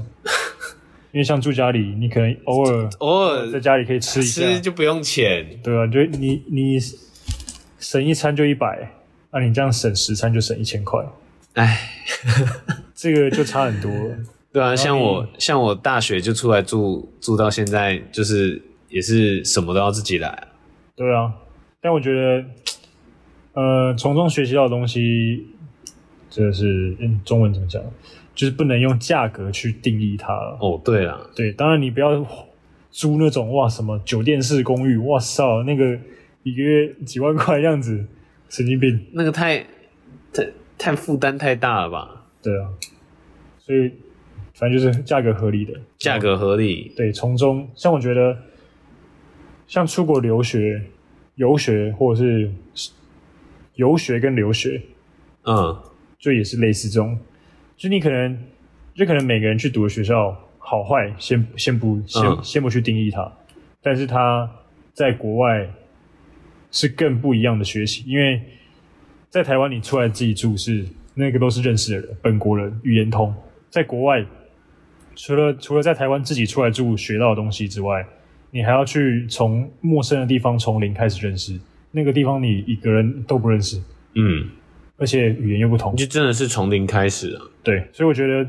S2: 因为像住家里，你可能偶尔
S1: 偶尔
S2: 在家里可以吃一下，
S1: 吃就不用钱，
S2: 对啊，就你你省一餐就一百，啊，你这样省十餐就省一千块，
S1: 哎，
S2: 这个就差很多了。
S1: 对啊，像我像我大学就出来住住到现在，就是也是什么都要自己来啊，
S2: 对啊，但我觉得，呃，从中学习到的东西，这是嗯，中文怎么讲？就是不能用价格去定义它了。
S1: 哦，对了，
S2: 对，当然你不要租那种哇什么酒店式公寓，哇操，那个一个月几万块样子，神经病。
S1: 那个太太太负担太大了吧？
S2: 对啊，所以反正就是价格合理的，
S1: 价格合理，
S2: 对，从中像我觉得，像出国留学、游学或者是游学跟留学，
S1: 嗯，
S2: 就也是类似这种，就你可能就可能每个人去读的学校好坏，先先不先、
S1: 嗯
S2: 先不去定义它，但是它在国外是更不一样的学习，因为在台湾你出来自己住是那个都是认识的人，本国人语言通，在国外除了除了在台湾自己出来住学到的东西之外，你还要去从陌生的地方从零开始认识，那个地方你一个人都不认识，
S1: 嗯，
S2: 而且语言又不同
S1: 你，就真的是从零开始啊，
S2: 对，所以我觉得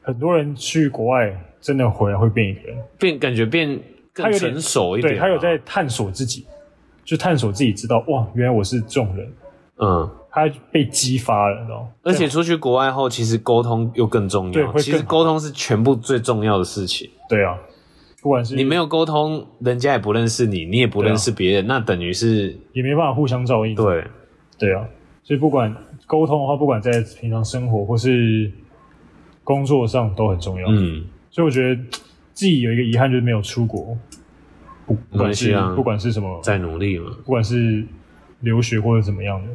S2: 很多人去国外真的回来会变一个人，
S1: 变感觉变
S2: 他
S1: 更
S2: 有点
S1: 成熟一点
S2: 对
S1: 啊、
S2: 他有在探索自己，就探索自己，知道哇，原来我是这种人，
S1: 嗯。
S2: 他被激发了，你知道吗？
S1: 而且出去国外后，其实沟通又更重
S2: 对
S1: 要。
S2: 会更
S1: 其实沟通是全部最重要的事情。
S2: 对啊，不管是
S1: 你没有沟通，人家也不认识你，你也不认识别
S2: 啊
S1: 人，那等于是
S2: 也没办法互相照应，
S1: 对，
S2: 对啊，所以不管沟通的话，不管在平常生活或是工作上都很重要，
S1: 嗯，
S2: 所以我觉得自己有一个遗憾就是没有出国，不
S1: 没
S2: 不管是、
S1: 关系啊
S2: 不管是什么，
S1: 在努力嘛，
S2: 不管是留学或者怎么样的，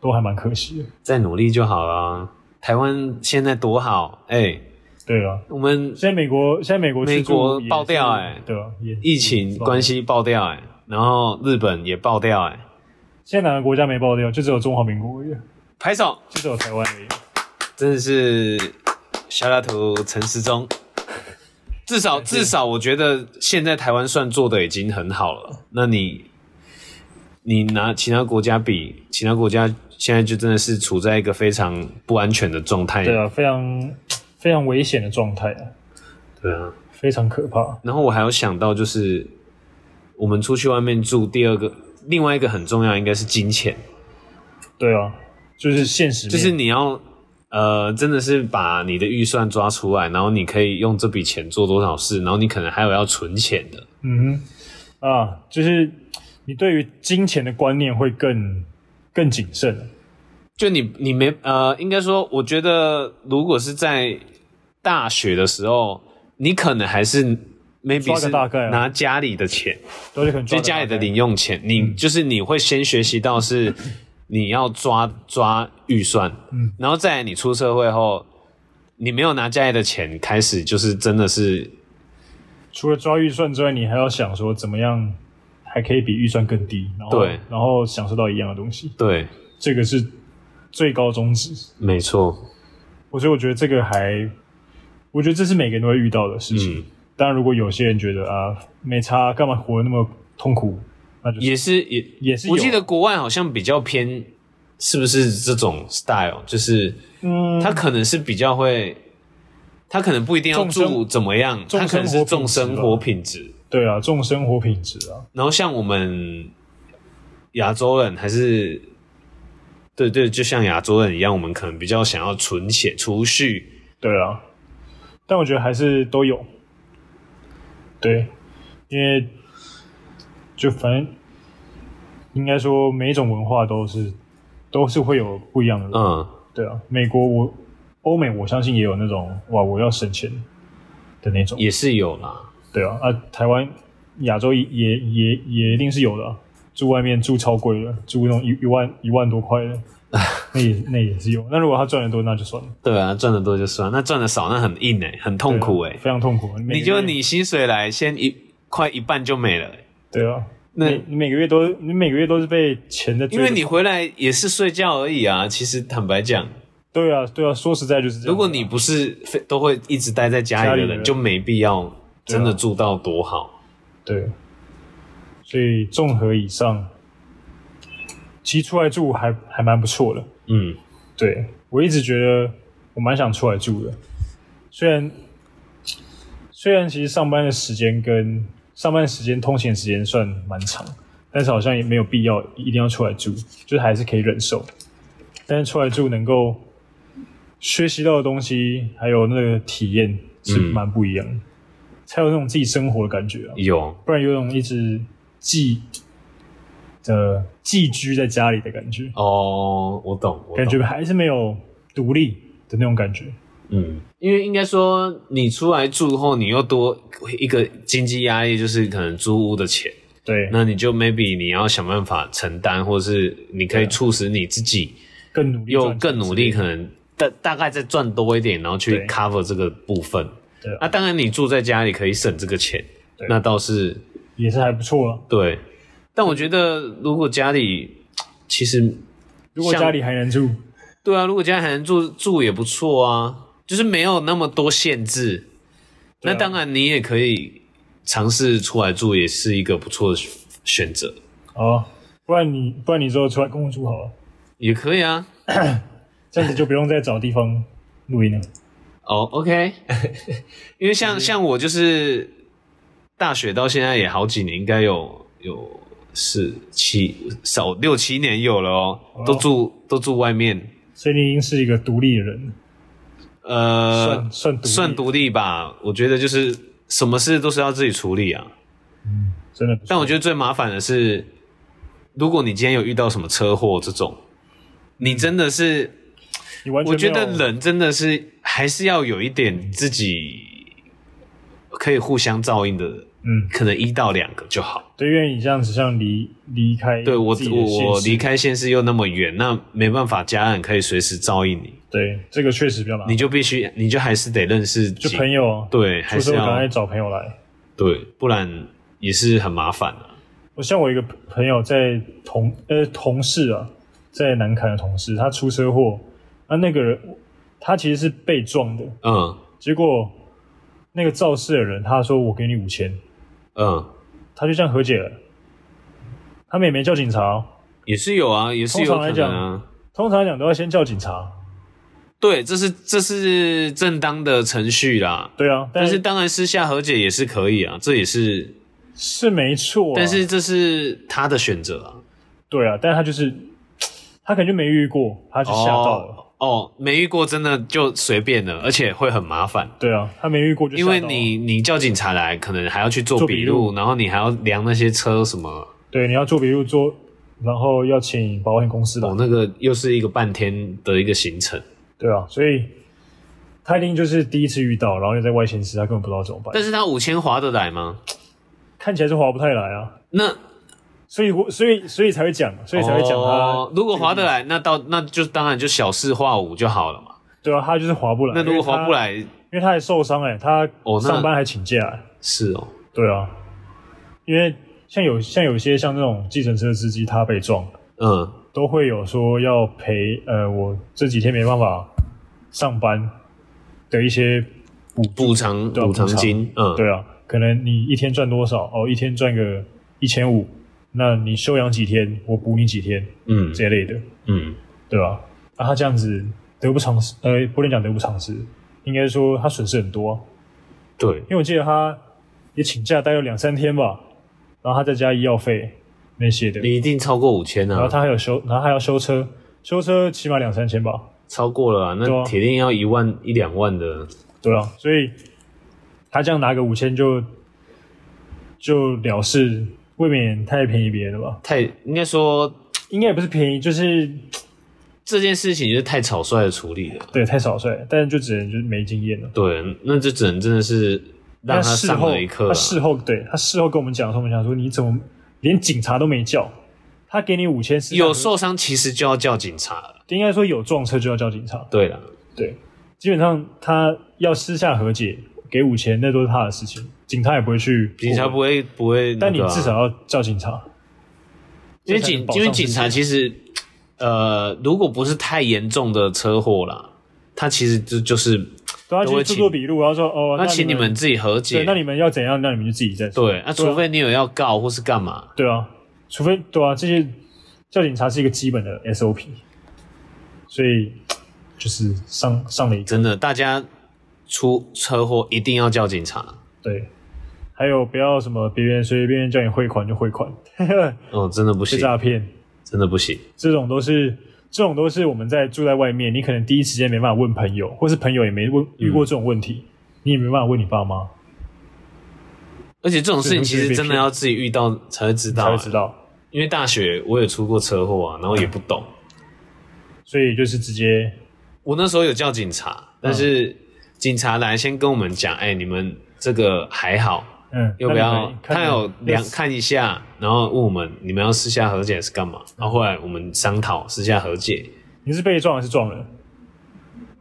S2: 都还蛮可惜的。
S1: 再努力就好了。台湾现在多好，哎、
S2: 对了，
S1: 我们
S2: 现在美国现在美国
S1: 美国爆掉
S2: 哎、
S1: 欸
S2: 对啊，也
S1: 疫情关。系爆掉、哎，然后日本也爆掉、哎，
S2: 现在哪个国家没爆掉？就只有中华民国而已，啊
S1: 拍手，
S2: 就只有台湾而已。啊
S1: 真的是小拉图陈时中。至少至少，我觉得现在台湾算做的已经很好了。那你你拿其他国家比，其他国家现在就真的是处在一个非常不安全的状态。
S2: 对啊，非常非常危险的状态啊，
S1: 对啊。
S2: 非常可怕。
S1: 然后我还有想到，就是我们出去外面住，第二个另外一个很重要应该是金钱，
S2: 对啊，就是现实面，
S1: 就是你要呃真的是把你的预算抓出来，然后你可以用这笔钱做多少事，然后你可能还有要存钱的。
S2: 嗯哼啊，就是你对于金钱的观念会更更谨慎。啊
S1: 就你你没呃，应该说，我觉得如果是在大学的时候，你可能还是 maybe
S2: 抓
S1: 是
S2: 个大概啊
S1: 拿家里的钱，
S2: 都是可能抓
S1: 就
S2: 个
S1: 家里的
S2: 大概嗯
S1: 零用钱，你就是你会先学习到是你要抓抓预算，
S2: 嗯
S1: 然后再来你出社会后，你没有拿家里的钱，开始就是真的是
S2: 除了抓预算之外，你还要想说怎么样还可以比预算更低，然后
S1: 对
S2: 然后享受到一样的东西，
S1: 对，
S2: 这个是最高宗旨。
S1: 没错，
S2: 我所以我觉得这个还，我觉得这是每个人都会遇到的事情。
S1: 嗯
S2: 当然，如果有些人觉得啊没差，干嘛活得那么痛苦，那就是
S1: 也是也
S2: 也是有啊
S1: 我记得国外好像比较偏，是不是这种 style？就是
S2: 嗯，
S1: 他可能是比较会，他可能不一定要
S2: 重生
S1: 住怎么样，
S2: 重
S1: 他可能是
S2: 生活品质
S1: 重生
S2: 吧
S1: 活品质。
S2: 对啊，重生活品质啊，
S1: 然后像我们亚洲人，还是对对，就像亚洲人一样，我们可能比较想要存钱储蓄。
S2: 对啊，但我觉得还是都有，对，因为就反正应该说每一种文化都是都是会有不一样的人，
S1: 嗯，
S2: 对啊，美国我欧美我相信也有那种哇我要省钱的那种，
S1: 也是有啦。
S2: 对啊，啊台湾亚洲也也也也一定是有的啊、住外面住超贵的，住那种一一万一万多 块的，那也那也是有，那如果他赚的多那就算了。
S1: 对啊，赚的多就算，那赚的少那很硬哎、很痛苦哎、
S2: 对啊非常痛苦。每个
S1: 你就
S2: 月
S1: 你薪水来，先一快一半就没了、欸。
S2: 对啊，
S1: 那
S2: 你你每个月都你每个月都是被钱的追
S1: 因
S2: 着
S1: 为
S2: 跑，
S1: 你回来也是睡觉而已啊。其实坦白讲，
S2: 对啊对啊，说实在就是这样。
S1: 如果你不是非都会一直待在家里的
S2: 家里
S1: 人，
S2: 人
S1: 就没必要真的住到多好。
S2: 对，所以综合以上，其实出来住还还蛮不错的。
S1: 嗯，
S2: 对啊我一直觉得我蛮想出来住的，虽然虽然其实上班的时间跟上班时间通勤时间算蛮长，但是好像也没有必要一定要出来住，就是还是可以忍受。但是出来住能够学习到的东西，还有那个体验是
S1: 嗯
S2: 蛮不一样的，才有那种自己生活的感觉啊。
S1: 有，
S2: 不然有种一直寄的寄居在家里的感觉，
S1: 哦，我懂，我懂
S2: 感觉还是没有独立的那种感觉。
S1: 嗯，因为应该说你出来住后，你又多一个经济压力，就是可能租屋的钱，
S2: 对，
S1: 那你就 maybe 你要想办法承担，或者是你
S2: 啊
S1: 可以促使你自己
S2: 更努力，
S1: 又更努力，可。能大大概再赚多一点，然后去
S2: 对
S1: cover 这个部分。
S2: 对啊
S1: 那、当然你住在家里可以省这个钱，
S2: 对
S1: 那倒是
S2: 也是还不错啊了。
S1: 对。但我觉得如果家里其实
S2: 如果
S1: 像
S2: 家里还能住，
S1: 对啊，如果家里还能住住也不错啊，就是没有那么多限制。
S2: 对啊
S1: 那当然，你也可以尝试出来住，也是一个不错的选选择，
S2: 好啊，不然你不然你之后出来跟我住好了，
S1: 也可以啊。
S2: 这样子就不用再找地方录音了。
S1: 哦、o k 因为
S2: 嗯
S1: 像像我就是大学到现在也好几年，应该有有是七少六七年有了哦，都住都住外面，
S2: 所以你已经是一个独立的人了，
S1: 呃，
S2: 算算独立
S1: 算独立吧。我觉得就是什么事都是要自己处理啊。
S2: 真的不错。
S1: 但我觉得最麻烦的是，如果你今天有遇到什么车祸这种，你真的是，
S2: 你完全
S1: 我觉
S2: 没
S1: 得
S2: 有
S1: 人真的是还是要有一点自己可以互相照应的，
S2: 嗯，
S1: 可能一到两个就好。
S2: 对，因为你这样子像离离开
S1: 对我
S2: 自己的
S1: 我我
S2: 现实
S1: 离开县市又那么远，那没办法，家人可以随时照应你，
S2: 对这个确实比较难，
S1: 你就必须你就还是得认识
S2: 就
S1: 几
S2: 朋友啊
S1: 对，还
S2: 出
S1: 是
S2: 社会赶
S1: 要
S2: 快找朋友来。
S1: 对，不然也是很麻烦的、啊
S2: 我像我一个朋友在同呃同事啊，在南坎的同事，他出车祸，啊那个人他其实是被撞的，
S1: 嗯
S2: 结果那个肇事的人他说我给你五千，
S1: 嗯，
S2: 他就这样和解了，他们也没叫警察哦、
S1: 也是有啊，也是有
S2: 通常
S1: 可
S2: 来
S1: 能
S2: 讲
S1: 啊。
S2: 通常来讲都要先叫警察，
S1: 对，这是这是正当的程序啦。
S2: 对啊，但
S1: 但是
S2: 是
S1: 当然私下和解也是可以啊，这也是，
S2: 是没错、啊，
S1: 但是这是他的选择啊。
S2: 对啊，但是他就是他可能就没遇过，他就吓到了，
S1: 哦哦，没遇过真的就随便了，而且会很麻烦，
S2: 对啊，他没遇过就吓
S1: 因
S2: 到了
S1: 为你你叫警察来，可能还要去做
S2: 做
S1: 笔
S2: 笔
S1: 录，
S2: 录
S1: 然后你还要量那些车什么，
S2: 对你要做笔录做，然后要请保险公司来
S1: 哦，，那个又是一个半天的一个行程。
S2: 对啊，所以他一定就是第一次遇到，然后又在外县市，他根本不知道怎么办
S1: 但，是他五千划得来吗？
S2: 看起来是划不太来啊，
S1: 那
S2: 所以我所以所以才会讲，所以才会讲他，啊
S1: 哦，如果划得来，那到那就当然就小事化无就好了嘛。
S2: 对啊，他就是划不来，
S1: 那如果划不
S2: 因为
S1: 来，
S2: 他，因为他还受伤哎、他
S1: 哦那
S2: 上班还请假、欸
S1: 是哦，
S2: 对啊，因为像有像有些像那种计程车司机，他被撞。
S1: 嗯。
S2: 都会有说要赔，呃，我这几天没办法上班的一些补助
S1: 补偿
S2: 对啊
S1: 补偿
S2: 补偿
S1: 金，嗯，
S2: 对啊，可能你一天赚多少？哦，一天赚个一千五，那你休养几天，我补你几天
S1: 嗯
S2: 这类的，
S1: 嗯，
S2: 对吧、啊？他这样子得不偿失，呃，不能讲得不偿失，应该说他损失很多啊、
S1: 对，
S2: 因为我记得他也请假待了两三天吧，然后他再加医药费那些的，
S1: 你一定超过五千
S2: 然后
S1: 啊，
S2: 他还有修，然后还要修车，修车起码两三千吧。
S1: 超过了啊，
S2: 对
S1: 那
S2: 啊
S1: 铁定要一万一两万的，
S2: 对啊，所以他这样拿个五千就就了事，未免太便宜别人了吧？
S1: 太应该说
S2: 应该也不是便宜，就是
S1: 这件事情就是太草率的处理了，
S2: 对太草率，但是就只能就是没经验了。
S1: 对，那就只能真的是让他
S2: 事
S1: 上
S2: 后
S1: 了一课啊
S2: 他
S1: 了，
S2: 事后对他事后跟我们讲的时候，我们讲说你怎么连警察都没叫，他给你五千是
S1: 有受伤其实就要叫警察了，
S2: 应该说有撞车就要叫警察，
S1: 对了，
S2: 对，基本上他要私下和解给五千，那都是他的事情，警察也不会去，
S1: 警察不，会不会那
S2: 哦但你
S1: 个啊，
S2: 至少要叫警察，
S1: 因为
S2: 这才
S1: 警
S2: 能保
S1: 啊因为
S2: 障
S1: 警
S2: 自己
S1: 察其实呃，如果不是太严重的车祸啦，他其实就就是
S2: 对啊，
S1: 都会
S2: 去
S1: 请
S2: 做做笔录，然后说哦，
S1: 那请
S2: 你
S1: 你们自己和解
S2: 对，，那你啊们要怎样，那你们就自己再说。
S1: 对，那、除非你有要告或是干嘛，
S2: 对啊，除非对啊，这些叫警察是一个基本的 SOP，所以就是上上了一个
S1: 真的，大家出车祸一定要叫警察。
S2: 对，还有不要什么别人随随便便叫你汇款就汇款，
S1: 哦，真的不
S2: 被
S1: 行，
S2: 诈骗，
S1: 真的不行。
S2: 这种都是这种都是我们在住在外面，你可能第一时间没办法问朋友，或是朋友也没
S1: 嗯
S2: 问遇过这种问题，你也没办法问你爸妈，
S1: 而且这种事情其
S2: 这
S1: 实
S2: 种
S1: 真的要自己遇到才会知
S2: 才
S1: 道、啊
S2: 会知道。
S1: 因为大学我也出过车祸啊，然后也不懂。
S2: 所以就是直接
S1: 我那时候有叫警察，但
S2: 嗯
S1: 是警察来先跟我们讲，哎、你们这个还好，
S2: 嗯，
S1: 要不
S2: 那你
S1: 要
S2: 们？看
S1: 他有
S2: 那
S1: 量看一下，然后问我们你们要私下和解是干嘛？然后后来我们商讨私下和解。
S2: 你是被撞还是撞人？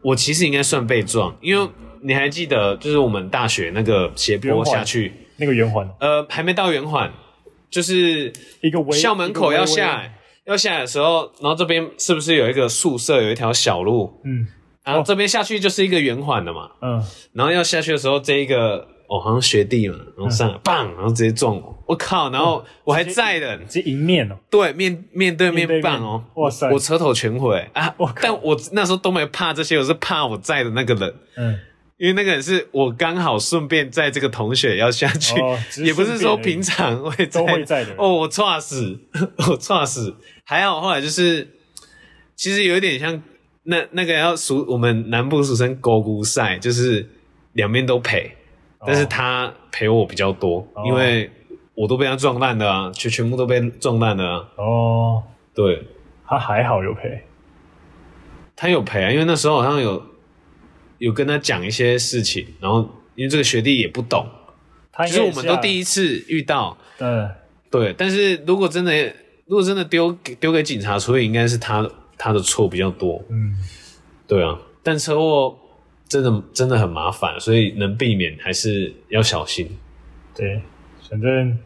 S1: 我其实应该算被撞，因为你还记得，就是我们大学那个斜坡
S2: 圆环
S1: 下去，
S2: 那个圆环，
S1: 呃，还没到圆环，就是
S2: 一个围
S1: 校门口要下，
S2: 一
S1: 来，要下来的时候，然后这边是不是有一个宿舍，有一条小路？
S2: 个围嗯
S1: 然后这边下去就是一个圆环的嘛，
S2: 嗯，
S1: 然后要下去的时候，这一个哦，好像学弟嘛，然后上来，棒，然后直接撞我，我靠！然后我还在的，
S2: 嗯哦直接迎面哦，
S1: 对面面对面
S2: 面对面
S1: 棒哦，
S2: 哇塞
S1: 我车头全毁啊
S2: 我！靠
S1: 但我那时候都没怕这些，我是怕我在的那个人，
S2: 嗯，
S1: 因为那个人是我刚好顺便在这个同学要下去，
S2: 哦只 是
S1: 也不是说
S2: 顺便而
S1: 平
S2: 已
S1: 常会
S2: 都会在的人
S1: 哦，我差死， 我差死，还好后来就是，其实有一点像那那个要俗我们南部俗称狗骨赛，就是两边都赔，
S2: 哦
S1: 但是他赔我比较多，因为我都被他撞烂的啊，全全部都被撞烂的啊，
S2: 哦，
S1: 对
S2: 他还好有赔，
S1: 他有赔啊，因为那时候好像有有跟他讲一些事情，然后因为这个学弟也不懂。
S2: 他啊
S1: 其实我们都第
S2: 一，
S1: 一次遇到，
S2: 嗯，
S1: 对。但是如果真的，如果真的丢给丢给警察处理，应该是他他的错比较多，
S2: 嗯，
S1: 对啊。但车祸真的真的很麻烦，所以能避免还是要小心，
S2: 对，反正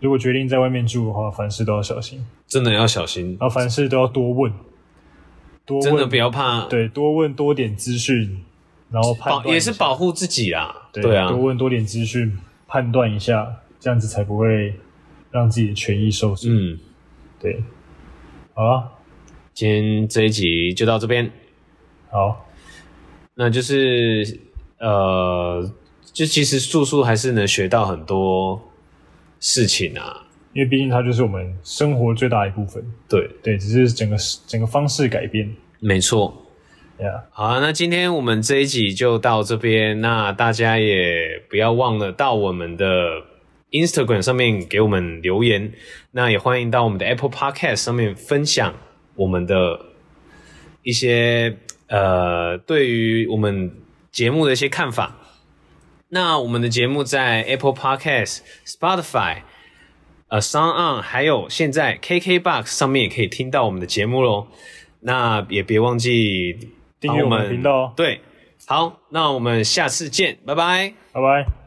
S2: 如果决定在外面住的话，凡事都要小心，
S1: 真的要小心，
S2: 然后凡事都要多问，多问
S1: 真的不要怕，
S2: 对，多问多点资讯，然后判
S1: 保
S2: 断一
S1: 也
S2: 下
S1: 是保护自己啦，
S2: 对
S1: 对啊
S2: 多，问多点资讯，判断一下，这样子才不会让自己的权益受损。
S1: 嗯。
S2: 对，好啊，
S1: 今天这一集就到这边，
S2: 好，
S1: 那就是呃，就其实住宿还是能学到很多事情啊，
S2: 因为毕竟它就是我们生活最大的一部分。
S1: 对，
S2: 对，只是整个整个方式改变。
S1: 没错。
S2: 呀、
S1: 好啊，那今天我们这一集就到这边，那大家也不要忘了到我们的 Instagram 上面给我们留言，那也欢迎到我们的 Apple Podcast 上面分享我们的一些呃对于我们节目的一些看法。那我们的节目在 Apple Podcast、Spotify、呃 Sound On，还有现在 KKBox 上面也可以听到我们的节目喽。那也别忘记
S2: 订阅
S1: 帮
S2: 我们的频道哦
S1: 对，好，那我们下次见，拜拜。
S2: 拜拜。